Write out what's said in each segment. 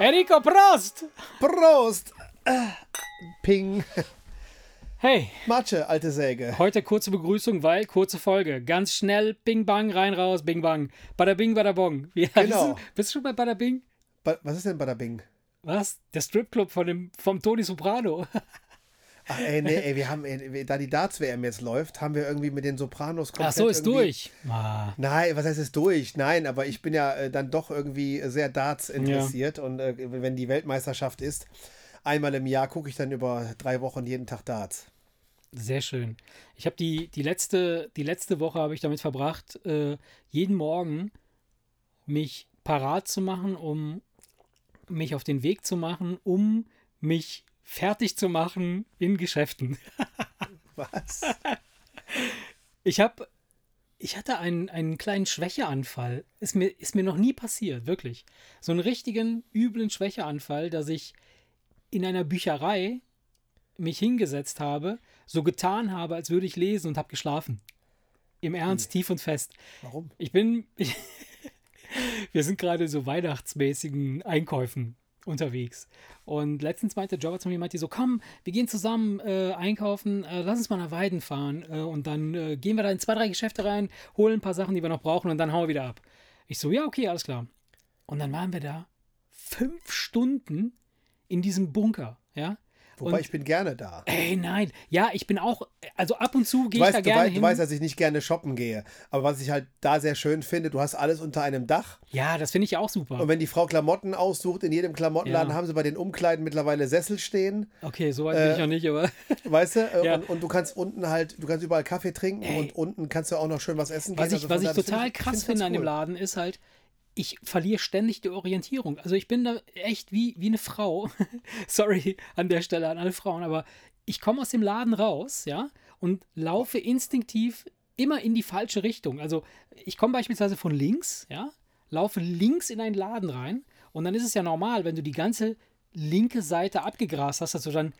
Rico, Prost! Prost! Äh, Ping. Hey, Matsche, alte Säge. heute kurze Begrüßung, weil kurze Folge. Ganz schnell, bing bang, rein, raus, bing bang. Bada bing, bada bong. Wie Genau. heißt es? Bist du schon bei Bada bing? Ba was ist denn Bada Bing? Was? Der Stripclub von dem, vom Toni Soprano. Ach, Ah, ey, nee, ey, wir haben, ey, wir- da die Darts-WM jetzt läuft, haben wir irgendwie mit den Sopranos komplett. Ach so, ist irgendwie- durch. Ah. Nein, was heißt es durch? Nein, aber ich bin ja äh, dann doch irgendwie sehr Darts interessiert und äh, wenn die Weltmeisterschaft ist, einmal im Jahr gucke ich dann über drei Wochen jeden Tag Darts. Sehr schön. Ich habe die, die, letzte, die letzte Woche habe ich damit verbracht, äh, jeden Morgen mich parat zu machen, um mich auf den Weg zu machen, um mich fertig zu machen in Geschäften. Was? Ich habe, ich hatte einen, einen kleinen Schwächeanfall. Ist mir, ist mir noch nie passiert, wirklich. So einen richtigen, üblen Schwächeanfall, dass ich in einer Bücherei mich hingesetzt habe, so getan habe, als würde ich lesen und habe geschlafen. Im Ernst, tief und fest. Warum? Ich bin. wir sind gerade so weihnachtsmäßigen Einkäufen unterwegs. Und letztens meinte Jobber zu mir, meinte so, komm, wir gehen zusammen äh, einkaufen, äh, lass uns mal nach Weiden fahren äh, und dann äh, gehen wir da in zwei, drei Geschäfte rein, holen ein paar Sachen, die wir noch brauchen und dann hauen wir wieder ab. Ich so, ja, okay, alles klar. Und dann waren wir da fünf Stunden in diesem Bunker, ja. Wobei und, ich bin gerne da. Ey, nein. Ja, ich bin auch, also ab und zu Du gehe ich weißt, da du, gerne weißt, hin. du weißt, dass ich nicht gerne shoppen gehe. Aber was ich halt da sehr schön finde, du hast alles unter einem Dach. ja, das finde ich ja auch super. Und wenn die Frau Klamotten aussucht, in jedem Klamottenladen Ja. haben sie bei den Umkleiden mittlerweile Sessel stehen, Okay, so weit äh, bin ich noch nicht, aber. weißt du? Äh, Ja. Und, und du kannst unten halt, du kannst überall Kaffee trinken und unten kannst du auch noch schön was essen. Was gehen. ich, Also von was ich daher, das total find ich- krass find ich finde an ganz dem cool. Laden ist halt, ich verliere ständig die Orientierung. Also ich bin da echt wie, wie eine Frau. Sorry an der Stelle an alle Frauen, aber ich komme aus dem Laden raus, ja, und laufe instinktiv immer in die falsche Richtung. Also ich komme beispielsweise von links, ja, laufe links in einen Laden rein und dann ist es ja normal, wenn du die ganze linke Seite abgegrast hast, dass du dann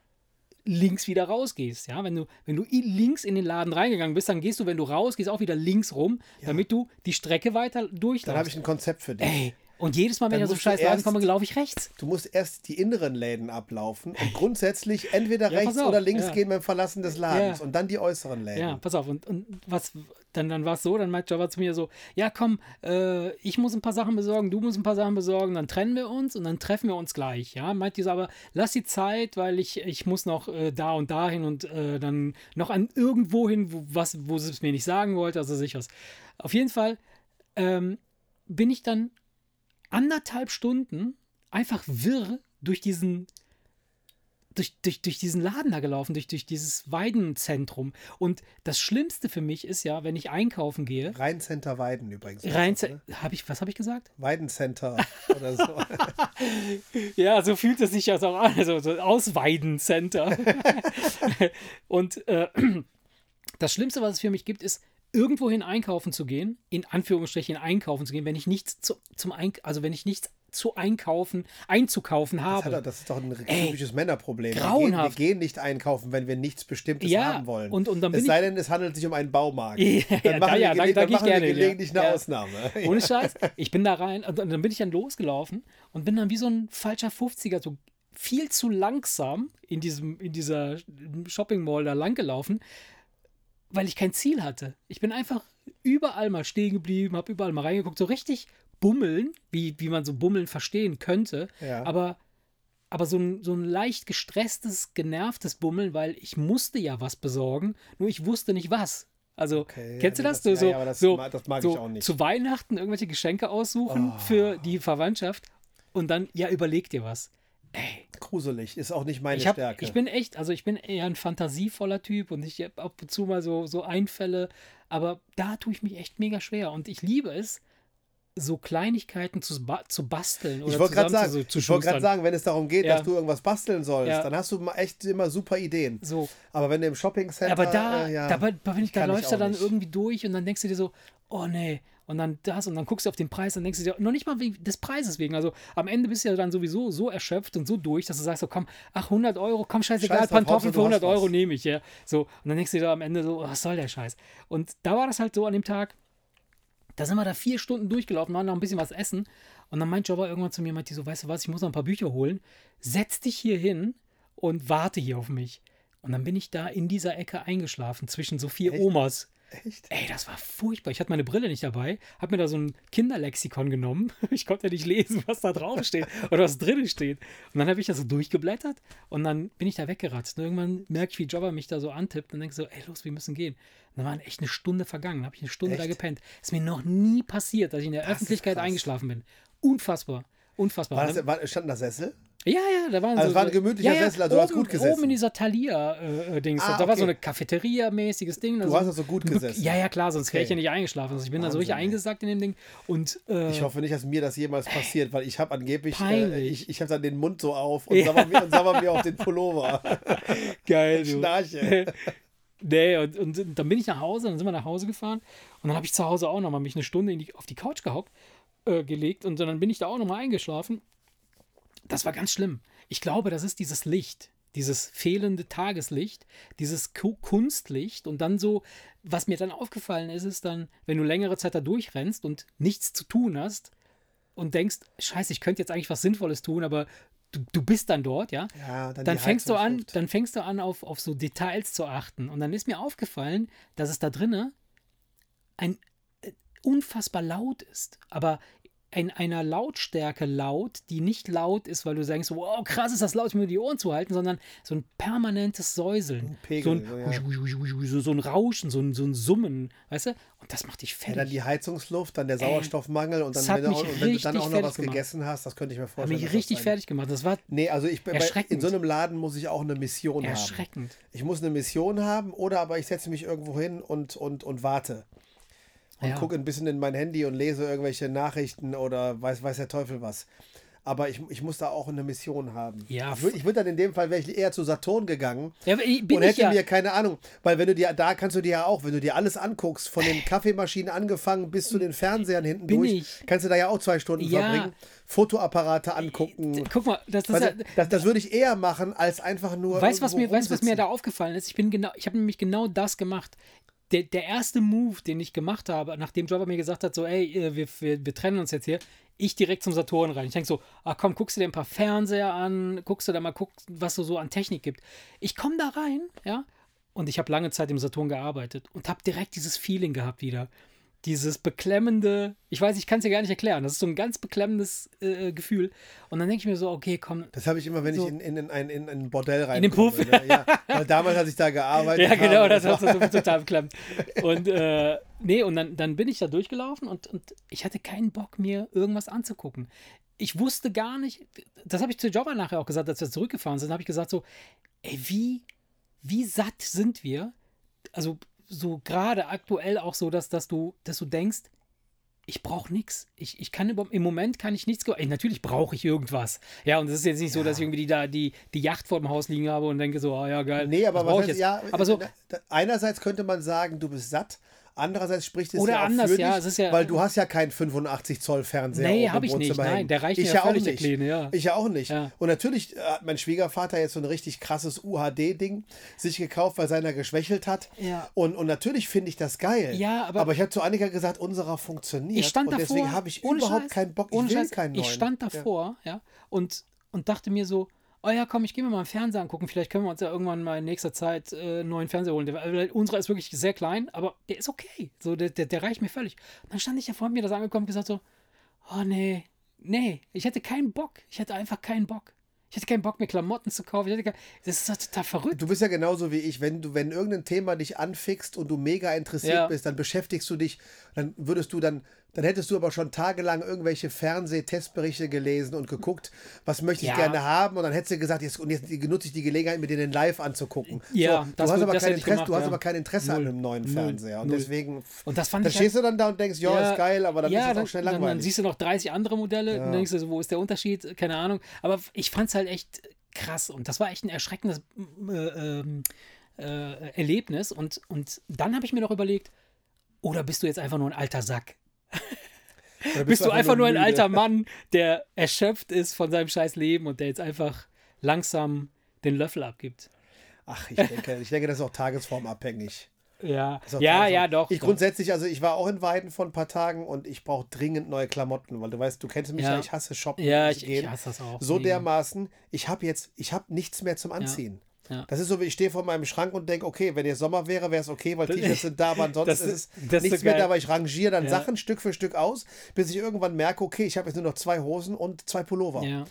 links wieder rausgehst. Ja, wenn du, wenn du i- links in den Laden reingegangen bist, dann gehst du, wenn du rausgehst, auch wieder links rum, damit du die Strecke weiter Dann habe ich durchläufst. ein Konzept für dich. Ey, und jedes Mal, Dann wenn ich aus dem musst du scheiß Laden erst- komme, laufe ich rechts. Du musst erst die inneren Läden ablaufen und grundsätzlich entweder Ja, rechts pass auf, oder links ja. gehen beim Verlassen des Ladens Ja. und dann die äußeren Läden. Ja, pass auf. Und, und was, dann, dann war es so, dann meinte Java zu mir so, ja komm, äh, ich muss ein paar Sachen besorgen, du musst ein paar Sachen besorgen, dann trennen wir uns und dann treffen wir uns gleich. Ja, meinte die so, aber lass die Zeit, weil ich, ich muss noch äh, da und dahin und äh, dann noch an irgendwo hin, wo, was, wo sie es mir nicht sagen wollte, also sicher. Auf jeden Fall ähm, bin ich dann anderthalb Stunden einfach wirr durch diesen durch, durch, durch diesen Laden da gelaufen, durch, durch dieses Weidenzentrum. Und das Schlimmste für mich ist ja, wenn ich einkaufen gehe, Rheincenter Weiden übrigens. rein. Oder? Hab ich, was habe ich gesagt? Weidencenter oder so. Ja, so fühlt es sich das auch an. Also so Ausweidencenter. Und äh, das Schlimmste, was es für mich gibt, ist, irgendwohin einkaufen zu gehen, in Anführungsstrichen einkaufen zu gehen, wenn ich nichts zu, zum Eink also wenn ich nichts zu einkaufen, einzukaufen Das, hat, doch- habe. das ist doch ein typisches Männerproblem. grauenhaft. Wir, gehen, wir gehen nicht einkaufen, wenn wir nichts Bestimmtes Ja, haben wollen. und- und dann bin es ich- sei denn, es handelt sich um einen Baumarkt. Ja, ja, dann machen ja, wir, da- gele da dann gehe ich machen wir gerne hin, ja. gelegentlich eine Ja. Ausnahme. Ohne Scheiß. Ich bin da rein und, und dann bin ich dann losgelaufen und bin dann wie so ein falscher 50er, so viel zu langsam in diesem, in dieser Shopping Mall da lang gelaufen, weil ich kein Ziel hatte. Ich bin einfach überall mal stehen geblieben, habe überall mal reingeguckt, so richtig bummeln, wie, wie man so bummeln verstehen könnte, Ja. aber aber so ein, so ein leicht gestresstes, genervtes Bummeln, weil ich musste ja was besorgen, nur ich wusste nicht was. Also, Okay, kennst du ja, nee, das? das- so, ja, ja, aber das so, ma- das mag so ich auch nicht. Oh. Zu Weihnachten irgendwelche Geschenke aussuchen für die Verwandtschaft und dann, ja, überleg dir was. Gruselig, ist auch nicht meine Ich, hab, Stärke. ich bin echt, also ich bin eher ein fantasievoller Typ und ich habe ab und zu mal so, so Einfälle, aber da tue ich mich echt mega schwer und ich liebe es, so Kleinigkeiten zu, ba zu basteln oder ich wollte gerade zusammen sagen, zu, zu ich wollte gerade schustern. sagen, wenn es darum geht, Ja. dass du irgendwas basteln sollst, Ja. dann hast du ma- echt immer super Ideen. So. Aber wenn du im Shoppingcenter, Aber da, äh, ja, da, bei- bei- wenn ich, da kann ich läufst du auch dann nicht. irgendwie durch und dann denkst du dir so, oh nee, und dann das und dann guckst du auf den Preis, dann denkst du dir, noch nicht mal wegen des Preises wegen. Also am Ende bist du ja dann sowieso so erschöpft und so durch, dass du sagst, so komm, ach 100 Euro, komm scheißegal, Scheiß drauf, Pantoffeln Hauptsache für du hast 100 Euro was. nehme ich, ja. So, und dann denkst du dir am Ende so, oh, was soll der Scheiß? Und da war das halt so an dem Tag, da sind wir da vier Stunden durchgelaufen, waren noch ein bisschen was essen Und dann meint Jobber irgendwann zu mir, meint die so, weißt du was, ich muss noch ein paar Bücher holen. Setz dich hier hin und warte hier auf mich. Und dann bin ich da in dieser Ecke eingeschlafen zwischen so vier Echt? Omas. Echt? Ey, das war furchtbar. Ich hatte meine Brille nicht dabei, habe mir da so ein Kinderlexikon genommen. Ich konnte ja nicht lesen, was da drauf steht oder was drin steht. Und dann habe ich das so durchgeblättert und dann bin ich da weggeratzt. Und irgendwann merke ich, wie Jobber mich da so antippt und denke so, ey, los, wir müssen gehen. Und dann waren echt eine Stunde vergangen, habe ich eine Stunde da Echt? gepennt. Ist mir noch nie passiert, dass ich in der ist Öffentlichkeit krass. eingeschlafen bin. Unfassbar. Unfassbar. War Und das, war, stand da Sessel? ja, ja, da waren Also so, es war ein so- gemütlicher Sessel, also du hast oben, gut gesessen. Oben in dieser Thalia-Dings. Ah, da war okay. so eine Cafeteria-mäßiges Ding. Du so hast also gut ein Be- gesessen. Ja, ja, klar, sonst wäre ich ja Okay. nicht eingeschlafen. Also ich bin da so richtig Wahnsinn, ey. eingesackt in dem Ding. Und äh, Ich hoffe nicht, dass mir das jemals passiert, weil ich habe angeblich, äh, Peinlich. ich, ich habe dann den Mund so auf und sabber mir, und sabber mir auf den Pullover. geil, du. Schnarche. Nee, und, und dann bin ich nach Hause, dann sind wir nach Hause gefahren. Und dann habe ich zu Hause auch nochmal mich eine Stunde in die, auf die Couch gehockt, äh, gelegt. Und dann bin ich da auch nochmal eingeschlafen. Das war ganz schlimm. Ich glaube, das ist dieses Licht, dieses fehlende Tageslicht, dieses Ku- Kunstlicht. Und dann so, was mir dann aufgefallen ist, ist dann, wenn du längere Zeit da durchrennst und nichts zu tun hast und denkst, scheiße, ich könnte jetzt eigentlich was Sinnvolles tun, aber du, du bist dann dort, ja? Ja, dann dann die fängst du Heizung an, schläft. dann fängst du an, auf, auf so Details zu achten. Und dann ist mir aufgefallen, dass es da drinne ein äh, unfassbar laut ist, aber in einer Lautstärke laut, die nicht laut ist, weil du sagst, wow, krass ist das laut, ich muss mir die Ohren zuhalten, sondern so ein permanentes Säuseln. Ein Pegel, so, ein, so, ja. hui, hui, hui, hui, so, so ein Rauschen, so ein, so ein Summen, weißt du? Und das macht dich Ja, dann fertig. die Heizungsluft, dann der Sauerstoffmangel und das dann, hat wenn du, mich auch, und wenn du dann richtig auch noch was fertig gemacht. gegessen hast, das könnte ich mir hat vorstellen. mich dass das richtig sein- fertig gemacht. Das war Nee, also ich bin bei, in Erschreckend. so einem Laden muss ich auch eine Mission haben. erschreckend. Ich muss eine Mission haben oder aber ich setze mich irgendwo hin und, und, und warte. Und Ja. gucke ein bisschen in mein Handy und lese irgendwelche Nachrichten oder weiß, weiß der Teufel was. Aber ich, ich muss da auch eine Mission haben. Ja, Ich würde ich würd dann in dem Fall wäre ich eher zu Saturn gegangen Ja, aber ich- bin und ich hätte ja. mir keine Ahnung. Weil wenn du dir, da kannst du dir ja auch, wenn du dir alles anguckst, von den Kaffeemaschinen angefangen bis zu den Fernsehern hinten Bin durch, ich. kannst du da ja auch zwei Stunden Ja. verbringen. Fotoapparate angucken. Guck mal, das ist Das, ja, das, das würde ich eher machen, als einfach nur. Weißt du, was mir, irgendwo weißt, du, was mir rumsitzen. da aufgefallen ist? Ich bin genau, ich habe nämlich genau das gemacht. Der, der erste Move, den ich gemacht habe, nachdem Jobber mir gesagt hat, so, ey, äh, wir, wir, wir trennen uns jetzt hier, ich direkt zum Saturn rein. Ich denke so, ach komm, guckst du dir ein paar Fernseher an, guckst du da mal, guck, was du so an Technik gibt. Ich komme da rein, ja, und ich habe lange Zeit im Saturn gearbeitet und habe direkt dieses Feeling gehabt wieder. Dieses beklemmende, ich weiß, ich kann es dir gar nicht erklären, das ist so ein ganz beklemmendes äh, Gefühl. Und dann denke ich mir so, okay, komm, Das habe ich immer, wenn So. ich in, in, in, ein, in ein Bordell rein. den Puff. Ne? Ja, weil damals, als ich da gearbeitet Ja, genau, habe, das war, hat so total beklappt. Und äh, nee, und dann, dann bin ich da durchgelaufen und, und ich hatte keinen Bock, mir irgendwas anzugucken. Ich wusste gar nicht, das habe ich zu Jobber nachher auch gesagt, als wir zurückgefahren sind, habe ich gesagt so, ey, wie, wie satt sind wir? Also so gerade aktuell auch so, dass, dass, du, dass du denkst, ich brauche nichts. Ich, ich kann überhaupt- im Moment kann ich nichts. ge- Ey, natürlich brauche ich irgendwas. Ja, und es ist jetzt nicht so, dass ich irgendwie die, da die, die Yacht vor dem Haus liegen habe und denke so, ah ja, geil. Nee, aber brauche was ich heißt, jetzt? ja, aber so, na, da- einerseits könnte man sagen, du bist satt. Andererseits spricht es Oder ja auch anders, für ja, dich, es ist ja- weil du hast ja keinen 85 Zoll Fernseher. Nee, oben hab im ich nicht, Wohnzimmer nein, hängen. der reicht mir ich ja ja auch völlig, nicht. der Kleine, ja. Ich ja auch nicht. Ja. Und natürlich hat mein Schwiegervater jetzt so ein richtig krasses UHD-Ding sich gekauft, weil seiner geschwächelt hat. Ja. Und, und natürlich finde ich das geil. Ja, aber- ich habe zu Annika gesagt, unserer funktioniert. ich stand und davor. deswegen habe ich ohne überhaupt Scheiß, keinen Bock. Ich ohne will Scheiß, keinen neuen. Ich stand Ja. davor, ja, und, und dachte mir so, oh ja, komm, ich gehe mir mal einen Fernseher angucken. Vielleicht können wir uns ja irgendwann mal in nächster Zeit äh, einen neuen Fernseher holen. Der, weil unserer ist wirklich sehr klein, aber der ist okay. So, der, der, der reicht mir völlig. Und dann stand ich davor, hab mir das angekommen und gesagt so, oh nee, nee, ich hatte keinen Bock. Ich hatte einfach keinen Bock. Ich hatte keinen Bock, mir Klamotten zu kaufen. Ich hatte kein, das ist doch total verrückt. Du bist ja genauso wie ich. Wenn du, wenn irgendein Thema dich anfixt und du mega interessiert Ja. bist, dann beschäftigst du dich, dann würdest du dann, dann hättest du aber schon tagelang irgendwelche Fernsehtestberichte gelesen und geguckt, was möchte ich Ja. gerne haben und dann hättest du gesagt, jetzt, und jetzt nutze ich die Gelegenheit, mir den in live anzugucken. Ja, so, das du hast wür- aber das kein hätte ich Interesse, du gemacht, hast ja. aber kein Interesse an Null. einem neuen Null. Fernseher. Und Null. deswegen. Und das fand Dann ich halt- stehst du dann da und denkst, ja, ist geil, aber dann ja, ist es auch schnell dann, dann langweilig. siehst du noch 30 andere Modelle und denkst du so, wo ist der Unterschied? Keine Ahnung. Aber ich fand es halt echt krass und das war echt ein erschreckendes äh, ähm, äh, Erlebnis. Und, und dann habe ich mir noch überlegt, oder bist du jetzt einfach nur ein alter Sack? Oder Bist, du einfach nur ein müde? alter Mann, der erschöpft ist von seinem scheiß Leben und der jetzt einfach langsam den Löffel abgibt? Ach, ich denke, ich denke, das ist auch tagesformabhängig. Ja, ja, ja, doch. Also, Ich doch. grundsätzlich, also ich war auch in Weiden vor ein paar Tagen und ich brauche dringend neue Klamotten, weil du weißt, du kennst mich ja, Ja. ich hasse Shoppen. ja, ich ich, gehe ich hasse das auch. so Mega. dermaßen, ich habe jetzt, ich habe nichts mehr zum Anziehen. Ja. Das ist so, wie ich stehe vor meinem Schrank und denke, okay, wenn jetzt Sommer wäre, wäre es okay, weil Das- T-Shirts sind da, aber ansonsten das ist ist- es das ist nichts so mehr geil. da, weil ich rangiere dann Ja. Sachen Stück für Stück aus, bis ich irgendwann merke, okay, ich habe jetzt nur noch zwei Hosen und zwei Pullover. Ja.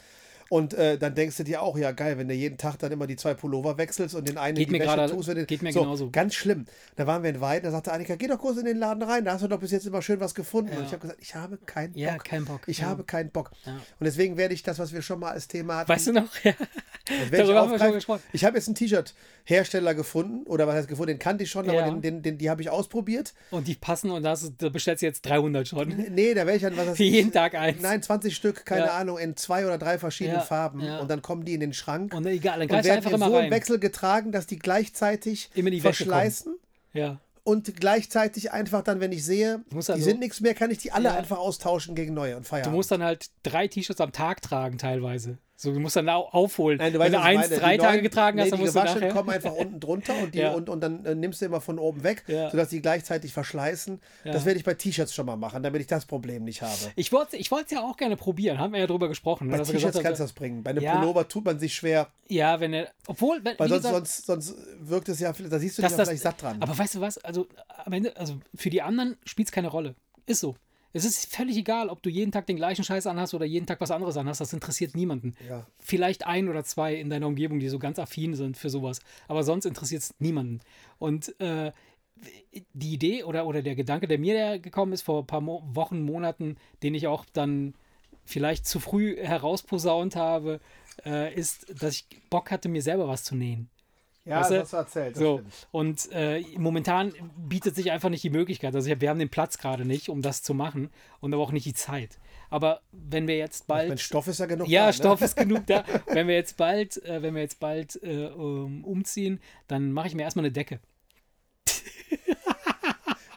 Und äh, dann denkst du dir auch, ja geil, wenn du jeden Tag dann immer die zwei Pullover wechselst und den einen Geht in die mir Wäsche gerade- tust. und Den, geht mir so, genauso. Ganz schlimm. Da waren wir in Weiden, da sagte Annika, geh doch kurz in den Laden rein, da hast du doch bis jetzt immer schön was gefunden. Und ich habe gesagt, ich habe keinen Ja, Bock. keinen Bock, Ich ja. habe keinen Bock. Ja. Und deswegen werde ich das, was wir schon mal als Thema hatten, Weißt du noch? Ja. wenn ich Darüber haben wir aufgreife- schon gesprochen. Ich habe jetzt einen T-Shirt-Hersteller gefunden, oder was heißt gefunden, den kannte ich schon, aber Ja. den, den, den, die habe ich ausprobiert. Und die passen und das, ist- da bestellst du jetzt 300 schon. Nee, da wäre ich dann, was weiß Für ich, jeden Tag eins. Nein, 20 Stück, keine Ja. Ahnung, in zwei oder drei verschiedenen Ja, Farben. ja. Und dann kommen die in den Schrank. Und äh, egal, dann und greifst du werden einfach dir immer so im rein. Wechsel getragen, dass die gleichzeitig Immer in die Wäsche verschleißen Ja. und gleichzeitig einfach dann, wenn ich sehe, musst die also- sind nichts mehr, kann ich die alle Ja. einfach austauschen gegen neue und feiern. Du musst dann halt drei T-Shirts am Tag tragen teilweise. So, du musst dann au- aufholen. Nein, du weißt, Wenn du was ich eins meine. Die drei Tage neuen- getragen hast, nee, dann die musst du gewaschen nachher. kommen einfach unten drunter und, die, Ja. und, und dann äh, nimmst du immer von oben weg, Ja. sodass die gleichzeitig verschleißen. Ja. Das werde ich bei T-Shirts schon mal machen, damit ich das Problem nicht habe. Ich wollte es ich wollt's ja auch gerne probieren, haben wir ja drüber gesprochen. ne, Bei dass wir gesagt T-Shirts haben, kannst du das bringen. Bei einem Ja. Pullover tut man sich schwer, Ja, wenn er. Obwohl, wenn, weil wie sonst, gesagt, sonst, sonst wirkt es ja, da siehst du dich dass ja das, vielleicht satt dran. Aber weißt du was? Also, am Ende, also für die anderen spielt es keine Rolle. Ist so. Es ist völlig egal, ob du jeden Tag den gleichen Scheiß anhast oder jeden Tag was anderes anhast. Das interessiert niemanden. Ja. Vielleicht ein oder zwei in deiner Umgebung, die so ganz affin sind für sowas. Aber sonst interessiert es niemanden. Und äh, die Idee oder, oder der Gedanke, der mir da gekommen ist vor ein paar Mo Wochen, Monaten, den ich auch dann vielleicht zu früh herausposaunt habe, äh, ist, dass ich Bock hatte, mir selber was zu nähen. ja, weißt du, hast du erzählt. das So, stimmt. und äh, momentan bietet sich einfach nicht die Möglichkeit. Also ich hab- wir haben den Platz gerade nicht, um das zu machen und aber auch nicht die Zeit. Aber wenn wir jetzt Ich meine, bald. Stoff ist ja genug. Ja, da, ne? Stoff ist genug da. Wenn wir jetzt bald, äh, wenn wir jetzt bald äh, um, umziehen, dann mache ich mir erstmal eine Decke.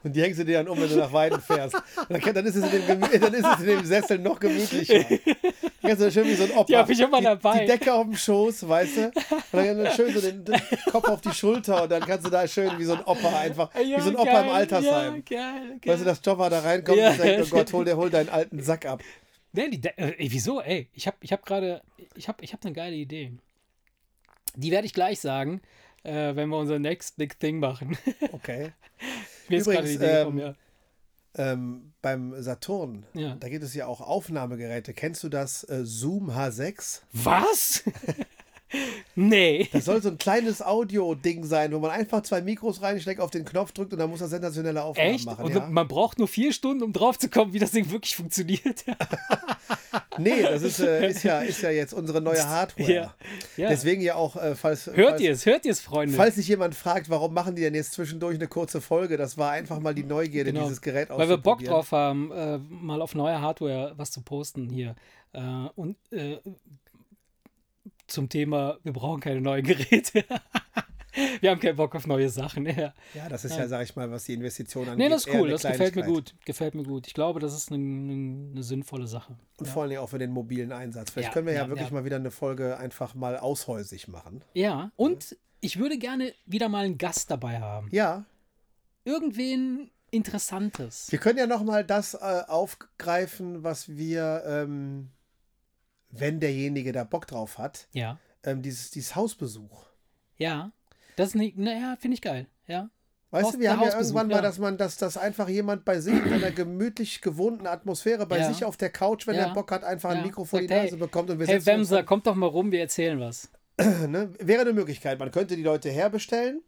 Und die hängst du dir dann um, wenn du nach Weiden fährst. Und dann, kann- dann, ist es in dem, Gemü- dann ist es in dem Sessel noch gemütlicher. Dann kannst du dann schön wie so ein Opa. Die hab ich immer die, dabei. Die Decke auf dem Schoß, weißt du? Und dann dann schön so den, den Kopf auf die Schulter und dann kannst du da schön wie so ein Opa einfach, wie so ein Opa im Altersheim. Ja, geil, geil. Weißt du, dass Jobber da reinkommt Ja. und sagt, oh Gott, hol, der, hol deinen alten Sack ab. Nee, die, De- äh, ey, wieso? Ey, ich habe ich hab gerade, ich habe ich hab eine geile Idee. Die werde ich gleich sagen, äh, wenn wir unser Next Big Thing machen. Okay. Mir ist gerade die Übrigens, Idee gekommen, ähm, ja. Ähm, beim Saturn, Ja. da gibt es ja auch Aufnahmegeräte. Kennst du das äh, Zoom H6? Was? nee. Das soll so ein kleines Audio-Ding sein, wo man einfach zwei Mikros reinschlägt, auf den Knopf drückt und dann muss er sensationelle Aufnahmen Echt? machen. Und ja. man braucht nur vier Stunden, um drauf zu kommen, wie das Ding wirklich funktioniert. Nee, das ist, äh, ist, ja, ist ja jetzt unsere neue Hardware. Ja. Ja. Deswegen ja auch, äh, falls, hört falls, ihr es, hört ihr es, Freunde. falls sich jemand fragt, warum machen die denn jetzt zwischendurch eine kurze Folge, das war einfach mal die Neugierde, Genau. dieses Gerät Weil wir Bock auszuprobieren. drauf haben, äh, mal auf neue Hardware was zu posten hier. Äh, und äh, zum Thema, wir brauchen keine neuen Geräte. wir haben keinen Bock auf neue Sachen. Ja. Ja, das ist ja, sag ich mal, was die Investition angeht. Nee, das ist eher cool, eine das gefällt mir Kleinigkeit. gut. Gefällt mir gut. Ich glaube, das ist eine, eine, eine sinnvolle Sache. Und vor allen Dingen auch für den mobilen Einsatz. Vielleicht Ja, können wir ja, ja, wirklich ja. mal wieder eine Folge einfach mal aushäusig machen. Ja, und ich würde gerne wieder mal einen Gast dabei haben. Ja, Irgendwen Interessantes. wir können ja nochmal das äh, aufgreifen, was wir, ähm, wenn derjenige da Bock drauf hat, Ja. ähm, dieses, dieses Hausbesuch. Ja. Das ist nicht, naja, finde ich geil. Ja. Weißt Haus- du, wir der haben ja Hausbesuch, irgendwann mal, ja. dass man, dass das einfach jemand bei sich in einer gemütlich gewohnten Atmosphäre bei Ja. sich auf der Couch, wenn Ja. er Bock hat, einfach ein Ja. Mikrofon in Sagt, die Nase hey, bekommt und wir Hey, setzen uns Wemser, kommt doch mal rum, wir erzählen was. dann, ne? Wäre eine Möglichkeit. Man könnte die Leute herbestellen.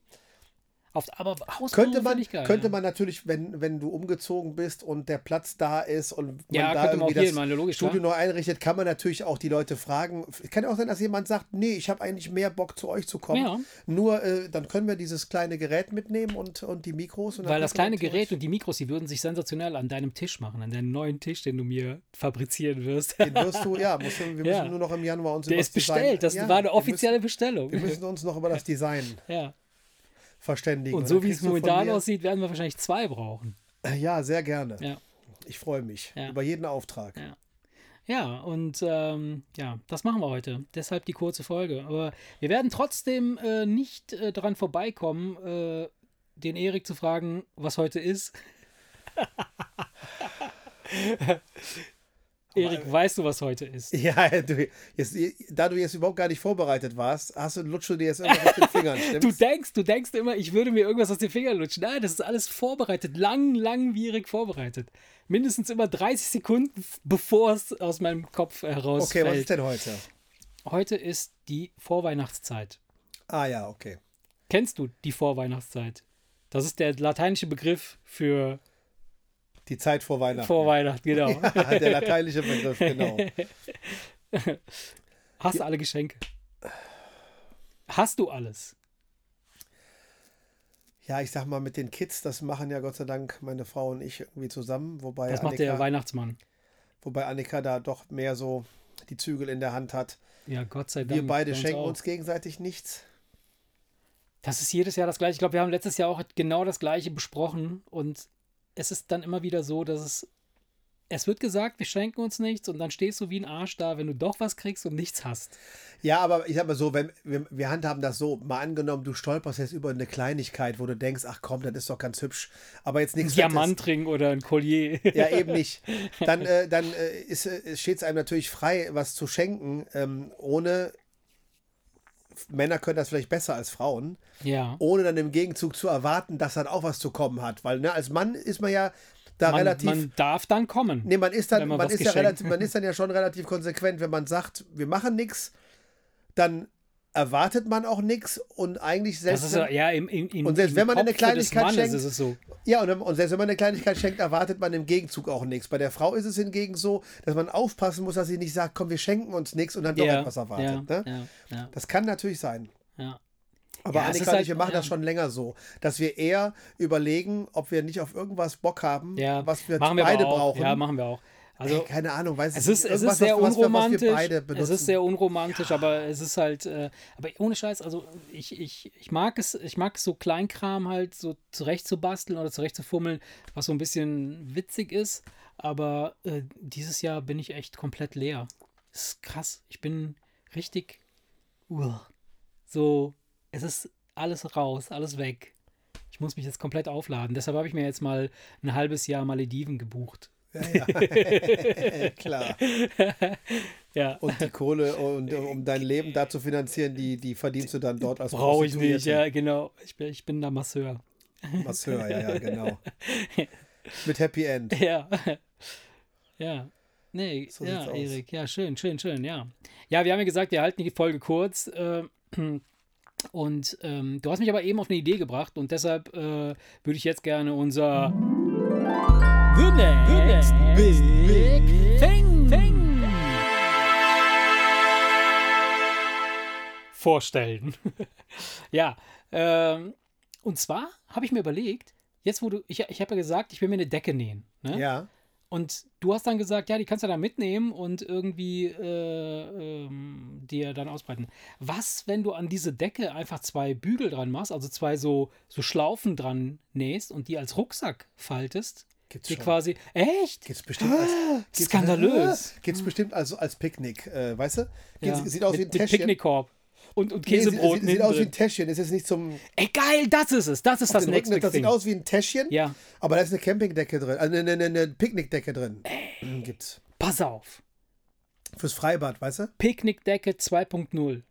Auf, aber Hausbesuch Könnte Oh, find man, ich geil, könnte ja. man natürlich, wenn, wenn du umgezogen bist und der Platz da ist und man Ja, da könnte man irgendwie auch das jeden mal, logisch, Studio neu einrichtet, kann man natürlich auch die Leute fragen. Es kann ja auch sein, dass jemand sagt, nee, ich habe eigentlich mehr Bock zu euch zu kommen. Ja. Nur äh, dann können wir dieses kleine Gerät mitnehmen und, und die Mikros. Und dann Weil das können kleine wir Gerät und die Mikros, die würden sich sensationell an deinem Tisch machen, an deinem neuen Tisch, den du mir fabrizieren wirst. Den wirst du, ja, musst, du- wir Ja. müssen nur noch im Januar uns Der über ist bestellt, das ja, war eine wir offizielle Müssen, wir Bestellung. müssen uns noch über das Design Ja. verständigen. Und dann so wie kriegst es du von momentan mir- aussieht, werden wir wahrscheinlich zwei brauchen. Ja, sehr gerne. Ja. Ich freue mich Ja. über jeden Auftrag. Ja, und ähm, ja, das machen wir heute. Deshalb die kurze Folge. Aber wir werden trotzdem äh, nicht äh, daran vorbeikommen, äh, den Erik zu fragen, was heute ist. Erik, weißt du, was heute ist? Ja, du, jetzt, da du jetzt überhaupt gar nicht vorbereitet warst, hast du lutscht du dir jetzt irgendwas aus den Fingern, stimmt's? Du denkst, du denkst immer, ich würde mir irgendwas aus den Fingern lutschen. Nein, das ist alles vorbereitet, lang, langwierig vorbereitet. Mindestens immer 30 Sekunden, bevor es aus meinem Kopf heraus. okay, was ist denn heute? Heute ist die Vorweihnachtszeit. Ah ja, okay. Kennst du die Vorweihnachtszeit? Das ist der lateinische Begriff für Die Zeit vor Weihnachten. vor Weihnachten, genau. Ja, der lateinische Begriff, genau. Hast du alle Geschenke? Hast du alles? Ja, ich sag mal, mit den Kids, das machen ja Gott sei Dank meine Frau und ich irgendwie zusammen, wobei, Das macht der Annika, Weihnachtsmann. wobei Annika da doch mehr so die Zügel in der Hand hat. Ja, Gott sei Dank. Wir beide bei schenken auch. uns gegenseitig nichts. Das ist jedes Jahr das gleiche. Ich glaube, wir haben letztes Jahr auch genau das gleiche besprochen. Und es ist dann immer wieder so, dass es. Es wird gesagt, wir schenken uns nichts und dann stehst du wie ein Arsch da, wenn du doch was kriegst und nichts hast. Ja, aber ich sag mal so, wenn wir, wir handhaben das so, mal angenommen, du stolperst jetzt über eine Kleinigkeit, wo du denkst, ach komm, das ist doch ganz hübsch, aber jetzt Ein nichts Fettes. Diamantring oder ein Collier. Ja, eben nicht. Dann, äh, dann äh, ist, äh, steht es einem natürlich frei, was zu schenken, ähm, ohne, Männer können das vielleicht besser als Frauen, ja. ohne dann im Gegenzug zu erwarten, dass dann auch was zu kommen hat. Weil ne, als Mann ist man ja da Man, relativ... man darf dann kommen. Nee, man ist dann, wenn man man was ist ja geschenkt- relativ, man ist dann ja schon relativ konsequent, wenn man sagt, wir machen nichts, dann erwartet man auch nichts und eigentlich selbst das ist ja, ja im, im, im, Und selbst im wenn man eine Kopfe des Kleinigkeit Mannes schenkt- ist es so. ja und, und selbst wenn man eine Kleinigkeit schenkt, erwartet man im Gegenzug auch nichts. Bei der Frau ist es hingegen so, dass man aufpassen muss, dass sie nicht sagt, komm, wir schenken uns nichts und dann doch ja, etwas erwartet. ja, ne? ja, ja, Das kann natürlich sein. ja. Aber Ja, es Annika ist und halt- ich, wir machen das ja. schon länger so, dass wir eher überlegen, ob wir nicht auf irgendwas Bock haben, ja. was wir, machen wir aber beide auch. brauchen. Ja, machen wir auch. Also Ey, keine Ahnung, weiß Es Also ich ist, nicht. es Irgendwas, ist sehr was, wir- was unromantisch. wir beide benutzen. es ist sehr unromantisch, aber es ist halt, äh, aber ohne Scheiß, also ich, ich, ich mag es, ich mag so Kleinkram halt so zurechtzubasteln oder zurechtzufummeln, was so ein bisschen witzig ist. Aber äh, dieses Jahr bin ich echt komplett leer. Es ist krass. Ich bin richtig uah, so, es ist alles raus, alles weg. Ich muss mich jetzt komplett aufladen. Deshalb habe ich mir jetzt mal ein halbes Jahr Malediven gebucht. Äh, klar. Ja. Und die Kohle, und, um dein Leben da zu finanzieren, die, die verdienst du dann dort als Brauche ich nicht, Prostituierte. ja, genau. Ich bin, ich bin der Masseur. Masseur, ja, ja, genau. Mit Happy End. Ja. ja. Nee, So ja, sieht's aus. Erik. Ja, schön, schön, schön, ja. Ja, wir haben ja gesagt, wir halten die Folge kurz. Äh, und ähm, du hast mich aber eben auf eine Idee gebracht und deshalb äh, würde ich jetzt gerne unser The Next, Big, Thing, vorstellen. ja, ähm, und zwar habe ich mir überlegt, jetzt wo du, ich, ich habe ja gesagt, ich will mir eine Decke nähen. Ne? Ja, Und du hast dann gesagt, ja, die kannst du dann mitnehmen und irgendwie äh, ähm, dir dann ausbreiten. Was, wenn du an diese Decke einfach zwei Bügel dran machst, also zwei so, so Schlaufen dran nähst und die als Rucksack faltest? Gibt's die schon. quasi. Echt? gibt's bestimmt als. Gibt's, Ah, Skandalös. Ah. Gibt's bestimmt also als Picknick, äh, weißt du? Ja. Geht's- Sieht aus mit, wie ein mit Täschchen. Picknickkorb. Und, und Nee, sieht, Käsebrot. sieht, sieht aus wie ein drin. Täschchen. Es ist nicht zum Ey, geil, das ist es. Das ist das den Next Ecken. Big Das sieht Thing. aus wie ein Täschchen. Ja. Aber da ist eine Campingdecke drin. Also eine, eine, eine Picknickdecke drin. Hm, Gibt's. Pass auf. Fürs Freibad, weißt du? Picknickdecke 2.0.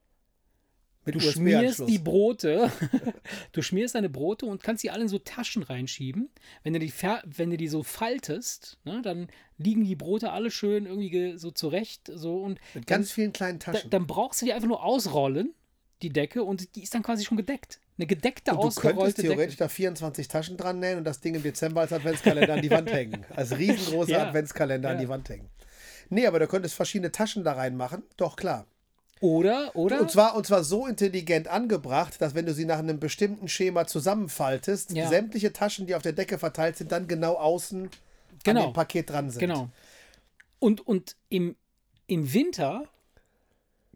Mit Du schmierst USB-Anschluss. die Brote, du schmierst deine Brote und kannst die alle in so Taschen reinschieben. Wenn du die, fer- wenn du die so faltest, ne, dann liegen die Brote alle schön irgendwie ge- so zurecht. So, und Mit ganz vielen kleinen da, Taschen. dann brauchst du die einfach nur ausrollen, die Decke, und die ist dann quasi schon gedeckt. Eine gedeckte, Und du könntest ausgerollte theoretisch Decke. da 24 Taschen dran nähen und das Ding im Dezember als Adventskalender an die Wand hängen. Als riesengroßer Ja. Adventskalender an Ja. die Wand hängen. Nee, aber du könntest verschiedene Taschen da reinmachen. Doch, klar. Oder, oder? Und zwar, und zwar so intelligent angebracht, dass wenn du sie nach einem bestimmten Schema zusammenfaltest, Ja. sämtliche Taschen, die auf der Decke verteilt sind, dann genau außen Genau. an dem Paket dran sind. Genau. Und, und im, im Winter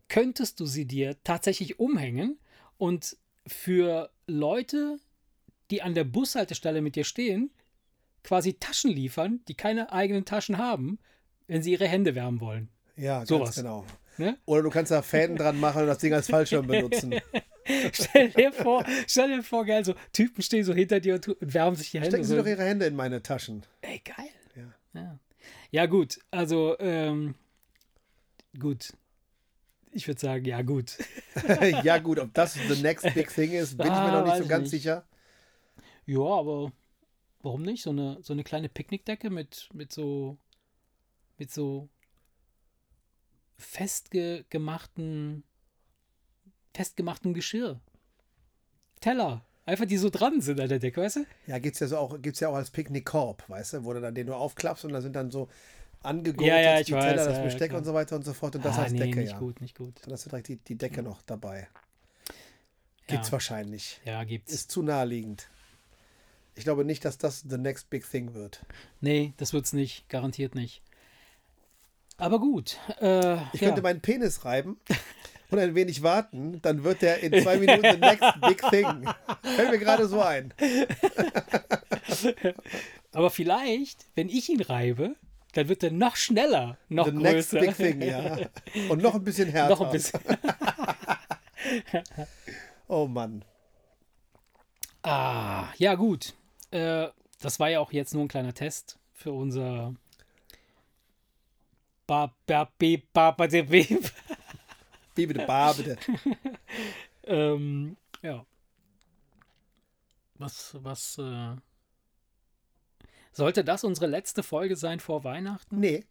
könntest du sie dir tatsächlich umhängen und für Leute, die an der Bushaltestelle mit dir stehen, quasi Taschen liefern, die keine eigenen Taschen haben, wenn sie ihre Hände wärmen wollen. Ja, ganz Sowas. genau. Ne? Oder du kannst da Fäden dran machen und das Ding als Fallschirm benutzen. stell dir vor, stell dir vor, geil, so Typen stehen so hinter dir und, tu- und wärmen sich die Hände. Stecken sie so. doch ihre Hände in meine Taschen. Ey, geil. Ja. Ja, ja gut, also ähm, gut. Ich würde sagen, ja gut. ja, gut, ob das the next big thing ist, bin ich Ah, mir noch nicht weiß so ich ganz nicht. sicher. Ja, aber warum nicht? So eine, so eine kleine Picknickdecke mit, mit so mit so festgemachten festgemachten Geschirr. Teller. Einfach die so dran sind an der Decke, weißt du? Ja, gibt es ja, so auch, gibt's ja auch als Picknickkorb, weißt du, wo du dann den nur aufklappst und da sind dann so angegurtet Ja, ja, ich die weiß, Teller, ja, das ja, Besteck klar. und so weiter und so fort und das ah, als nee, Decke, nicht ja. gut, nicht gut. Dann hast du direkt die, die Decke noch dabei. Ja. Gibt's wahrscheinlich. Ja, gibt's. Ist zu naheliegend. Ich glaube nicht, dass das the next big thing wird. nee, das wird's nicht, garantiert nicht. Aber gut. Äh, Ich ja. könnte meinen Penis reiben und ein wenig warten, dann wird der in zwei Minuten the next big thing. Fällt mir gerade so ein. Aber vielleicht, wenn ich ihn reibe, dann wird er noch schneller, noch The next größer. big thing, ja. Und noch ein bisschen härter. noch ein bisschen. Oh Mann. Ah, ja, gut. Äh, das war ja auch jetzt nur ein kleiner Test für unser. Ba, ba, be, ba, ba, de, be. Baby de Babede. Ähm, ja. Was, was, äh. Sollte das unsere letzte Folge sein vor Weihnachten? Nee,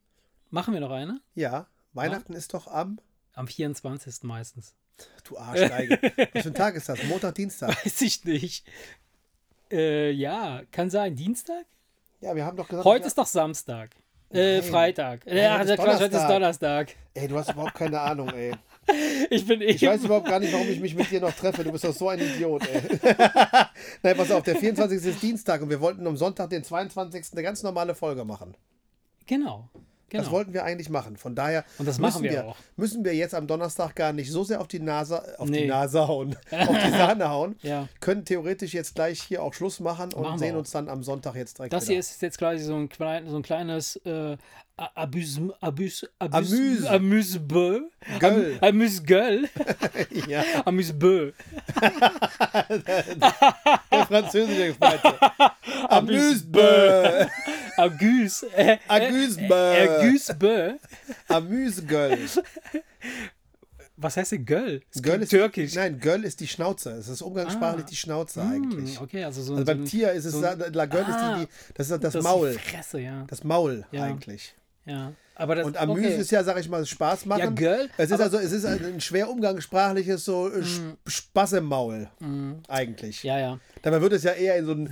Machen wir noch eine? ja. Weihnachten ist doch am. Am 24. meistens. Du Arschgeige. Was für ein Tag ist das? Montag, Dienstag. Weiß ich nicht. Äh, ja, kann sein. Dienstag? Ja, wir haben doch gesagt. Heute ist doch Samstag. Äh, Nein. Freitag. Nein, ja, heute ist Quatsch, heute ist Donnerstag. Donnerstag. Ey, du hast überhaupt keine Ahnung, ey. Ich bin Ich weiß überhaupt gar nicht, warum ich mich mit dir noch treffe. Du bist doch so ein Idiot, ey. Nein, pass auf, der 24. ist Dienstag und wir wollten am Sonntag, den 22. eine ganz normale Folge machen. Genau. genau. Das wollten wir eigentlich machen. Von daher Und das müssen machen wir auch. müssen wir jetzt am Donnerstag gar nicht so sehr auf die Nase, auf Nee. die Nase hauen, auf die Sahne hauen. Ja. Können theoretisch jetzt gleich hier auch Schluss machen und Machen wir sehen auch. uns dann am Sonntag jetzt direkt das wieder. hier ist jetzt quasi so ein, klein, so ein kleines äh, Abüs, Abüs, Abüs, Amüse. Amüsbö. Göll. Amüsgöl. ja, Amüsbö. der französische Gefreite. Amüsbö, Agüs. Äh, Agüsbö, Agüsbö. Amüsgöll. Was heißt denn Göll? Das Göll klingt ist türkisch. Nein, Göll ist die Schnauze. Es ist umgangssprachlich Ah. die Schnauze Hm, eigentlich. Okay, also so, Also so beim Tier ist es, so- La Göll ist Ah. die, die, das ist das, das Maul. Fresse, ja. Das Maul Ja. eigentlich. ja. Aber das, Und Amüs okay. ist ja, sag ich mal, Spaß machen. Ja, Göll, Es ist aber- Mm. also, es ist ein schwer umgangssprachliches so äh, Sp- Spaß im Maul eigentlich. Ja, ja. Dabei wird es ja eher in so ein,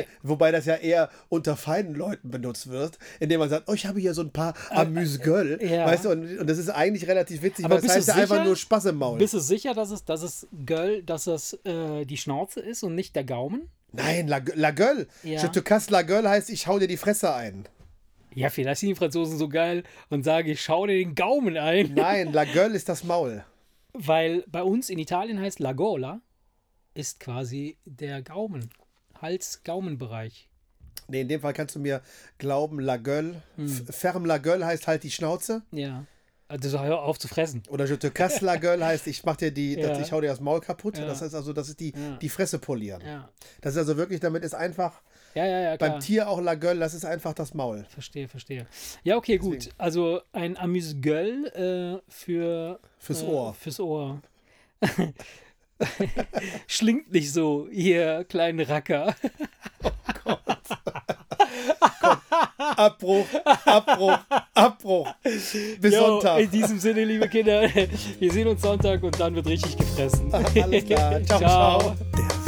in so, wobei das ja eher unter feinen Leuten benutzt wird, indem man sagt, oh, ich habe hier so ein paar Amüs-Göll, Äh, ja. weißt du, und, und das ist eigentlich relativ witzig, Aber weil das bist heißt du ja einfach sicher? nur Spaß im Maul. Bist du sicher, dass es, dass es Göll, dass es äh, die Schnauze ist und nicht der Gaumen? Nein, La, la Gueule. Ja. Je te casse la Gueule heißt, ich hau dir die Fresse ein. Ja, vielleicht sind die Franzosen so geil und sagen, ich schau dir den Gaumen ein. Nein, la Gueule ist das Maul. Weil bei uns in Italien heißt La Gola, ist quasi der Gaumen. Hals-Gaumenbereich. Nee, in dem Fall kannst du mir glauben, la Gueule. Hm. F- Ferme la Gueule heißt halt die Schnauze. Ja. Also so, hör auf zu fressen. Oder je te casse la Gueule heißt, ich mach dir die, Ja. ich hau dir das Maul kaputt. Ja. Das heißt also, das ist die, Ja. die Fresse polieren. Ja. Das ist also wirklich, damit ist einfach Ja, ja, ja, beim klar. Tier auch la Gueule, das ist einfach das Maul. Verstehe, verstehe. Ja, okay, gut. Also ein Amüs-Göll äh, für Fürs äh, Ohr. Fürs Ohr. Schlingt nicht so, ihr kleinen Racker. Abbruch, Abbruch, Abbruch. Bis Jo, Sonntag. In diesem Sinne, liebe Kinder, wir sehen uns Sonntag und dann wird richtig gefressen. Alles klar. Ciao, ciao. Ciao. ciao. Der